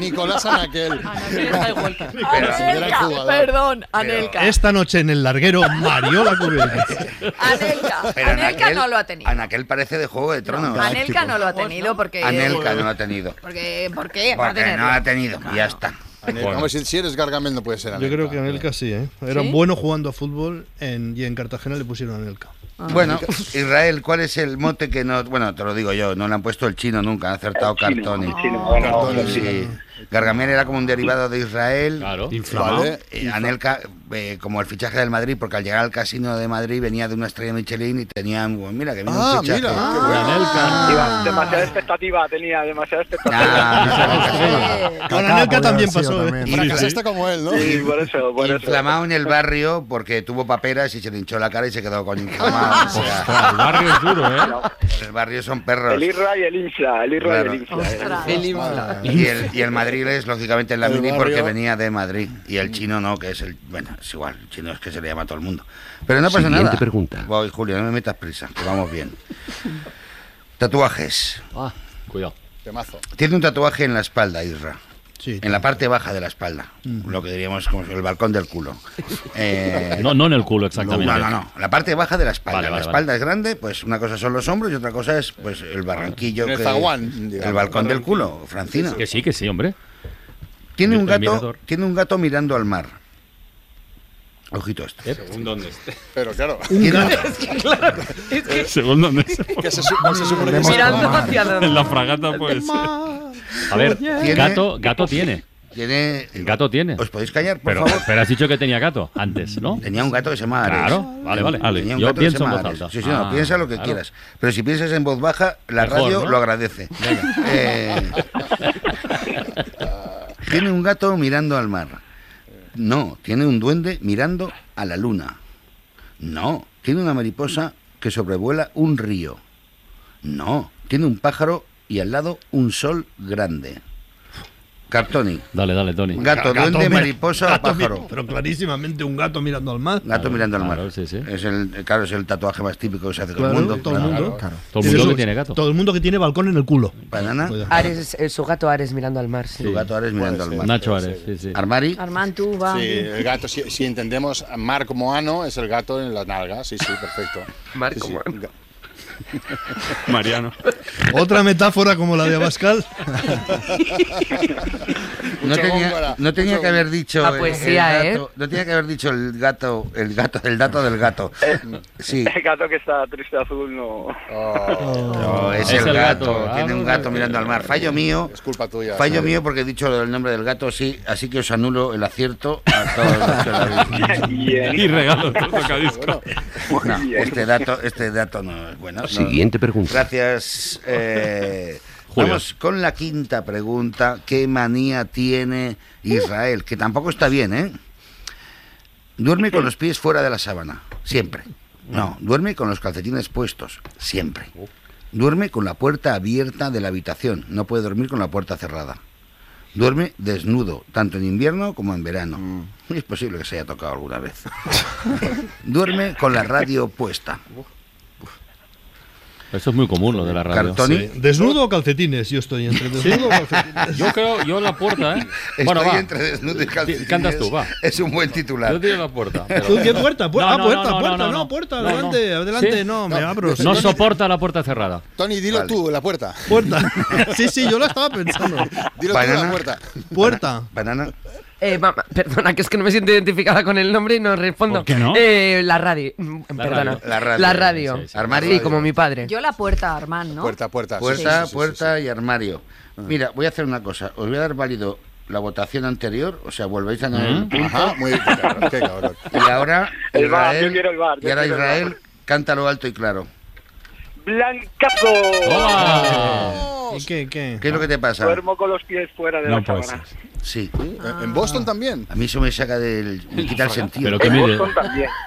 Nicolás Anaquel. Pero si hubiera Anelka, jugado. Perdón, Anelka. Esta noche en el larguero, Mariola Cubellas. Anelka. Pero Anelka Anaquel- no lo ha tenido. Anaquel parece de Juego de Tronos. Anelka no lo ha tenido porque. Anelka no lo ha tenido. Porque, ¿Por qué? Por Porque no tenerlo. la ha tenido. y Ya está. Anel- Bueno. Hombre, si, si eres Gargamel no puede ser Yo Anel. creo que Anelka sí, ¿eh? Era ¿Sí? bueno jugando a fútbol en- y en Cartagena le pusieron Anelka. Ah, Bueno, Israel, ¿cuál es el mote que no.? Bueno, te lo digo yo, no le han puesto el chino nunca, han acertado El chino, Cartoni. el chino, bueno, Cartoni, el sí. chino. Gargamel era como un derivado de Israel. Claro, Inflamado. Vale. Anelka, eh, como el fichaje del Madrid, porque al llegar al casino de Madrid venía de una estrella Michelin y tenían. bueno, mira, Ah. que viene Ah, un fichaje. mira, Qué qué bueno. Iba- demasiada expectativa tenía, demasiada Ah, expectativa. Con Anelka también pasó, ¿eh? Fracasaste como él, ¿no? Sí, por eso, por eso. Inflamado en el barrio porque tuvo paperas y se le hinchó la cara y se quedó con inflamado. o sea. Ostras, el barrio es duro, ¿eh? El barrio son perros. El Irra y el Infla, el Irra y Claro. el Infla. eh. Y el, y el Madrid es, lógicamente, en la El mini barrio. porque venía de Madrid. Y el chino no, que es el. Bueno, es igual, el chino es que se le llama a todo el mundo. Pero no pasa Siguiente nada. pregunta. Voy, Julio, no me metas prisa, que vamos bien. Tatuajes. Ah. Cuidado. Temazo. Tiene un tatuaje en la espalda, Isra. Sí, en la parte baja de la espalda. Lo que diríamos como el balcón del culo. Eh, No, no en el culo exactamente. No, no, no. La parte baja de la espalda. Vale, la vale, espalda es grande, pues una cosa son los hombros y otra cosa es pues el barranquillo. En el que- zaguán, digamos. el balcón del culo, Francina. Que sí, que sí, hombre. Tiene Yo- un el gato, mirador. tiene un gato mirando al mar. Ojito esto. Según dónde esté. Pero claro. Según dónde esté. Que se, su- se supone que Mirando hacia En la fragata, pues. A ver, gato, gato tiene. Tiene. Gato tiene. ¿Os podéis callar, por Pero, favor? pero has dicho que tenía gato antes, ¿no? Tenía un gato que se llama Ares. Claro, vale, vale. Tenía un Yo gato que se pienso en llama voz Ares. alta. Sí, sí, no, Ah, piensa lo que claro. quieras. Pero si piensas en voz baja, la Mejor, radio ¿no? lo agradece. Eh, tiene un gato mirando al mar. No, tiene un duende mirando a la luna. No, tiene una mariposa que sobrevuela un río. No, tiene un pájaro y al lado un sol grande. Cartoni. Dale, dale, Tony. Gato, duende, mira- mariposa o gato mi- pájaro. Pero clarísimamente un gato mirando al mar. Gato mirando al mar. Es el, claro, es el tatuaje más típico que se hace Claro, todo el mundo. todo el mundo. Todo el mundo Eso que es, tiene gato. Todo el mundo que tiene balcón en el culo. Banana. Ares, eh, su gato Ares mirando al mar. Sí. Tu gato Ares mirando al mar. Nacho Ares, sí, sí. Armari. Armand, tú va. Sí, el gato, si, si entendemos a Mar como ano, es el gato en las nalgas. Sí, sí, perfecto. Mar como ano. Mariano. Otra metáfora como la de Abascal. No tenía, no tenía que haber dicho La el- poesía, el ¿eh? gato- no tenía que haber dicho el gato, el gato, el dato del gato. Sí. El gato que está triste azul no. No, Oh, es, el, gato. Tiene Ah, un gato mirando al mar. Fallo mío. Es culpa tuya. Fallo Sí. mío porque he dicho el nombre del gato, sí. Así que os anulo el acierto a todos los que lo habéis dicho. Bien. Y regalo todo tocadisco. No, Bien. este dato, este dato no es bueno. no. Siguiente pregunta. Gracias. eh, Julio. vamos con la quinta pregunta. ¿Qué manía tiene Israel? Que tampoco está bien, ¿eh? Duerme con los pies fuera de la sábana, siempre. No, duerme con los calcetines puestos, siempre. Duerme con la puerta abierta de la habitación, no puede dormir con la puerta cerrada. Duerme desnudo, tanto en invierno como en verano. Es posible que se haya tocado alguna vez. Duerme con la radio puesta. Eso es muy común, lo de la radio. Cartoni. Sí. ¿Desnudo o calcetines? Yo estoy entre desnudo o calcetines. Yo creo, yo en la puerta, ¿eh? Estoy Bueno, va. entre desnudo y calcetines. Cantas tú, va. Es un buen titular. Yo tiro la puerta. pero- ¿Tú qué puerta? Pu- No, ah, no, puerta, no, no, no, puerta, no, no. puerta, No, no. adelante, adelante, Sí. no, me abro. No soporta la puerta cerrada. Tony, dilo Vale. tú, la puerta. Puerta. Sí, sí, yo la estaba pensando. Dilo tú, Banana. la puerta. Puerta. Banana. Eh, mamá, perdona, que es que no me siento identificada con el nombre y no respondo. ¿Por qué no? Eh, la radio. Mm, perdona. radio. La radio. radio. Sí, sí. Armario. Sí, como mi padre. Yo la puerta, Armand, ¿no? Puerta, puerta. sí, Puerta, sí, sí, sí, puerta y armario. Mira, voy a hacer una cosa. Os voy a dar válido la votación anterior, o sea, volvéis a ganar Mm. el sí. punto. Ajá, muy bien, qué cabrón, qué cabrón. Y ahora El bar, yo Israel, quiero el bar, yo y ahora quiero el bar. Israel, cántalo alto y claro. Blancazo. ¡Toma! Dios. ¿Qué, qué? ¿Qué es lo que te pasa? Duermo con los pies fuera de No la puede sábana. Sí. Eh, ¿En Ah. Boston también? A mí eso me saca del. me quita el sentido. Pero que mide,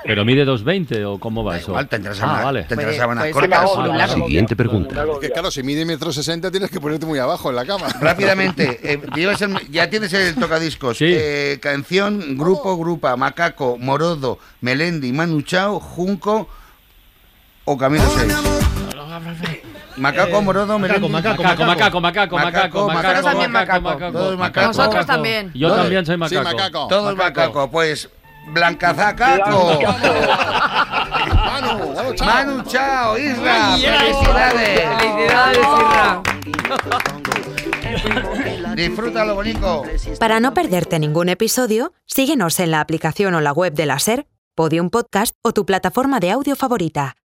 pero mide 220 o cómo va eso. igual, tendrás ah, sábana- vale. tendrás Puede- sábanas puede ser Ah, cortas. una bola. Siguiente pregunta. Es que claro, si mide metro sesenta tienes que ponerte muy abajo en la cama. Rápidamente, eh, llevas el- ya tienes el tocadiscos. Eh, canción, Oh. grupo, grupa, macaco, morodo, melendi, manu chao, junco o camino 6. Macaco, morodo, melendi. Eh, macaco, macaco, macaco, macaco, macaco, macaco, macaco, macaco. Todos macaco. Nosotros también. Yo Todos- también soy sí, macaco. Todos Macaco. macaco. Pues Blancazacaco. Manu, Manu, chao. Manu, chao, Isra. Felicidades. Felicidades, Isra. Disfrútalo, bonito. Para no perderte ningún episodio, síguenos en la aplicación o la web de la SER, Podium Podcast o tu plataforma de audio favorita.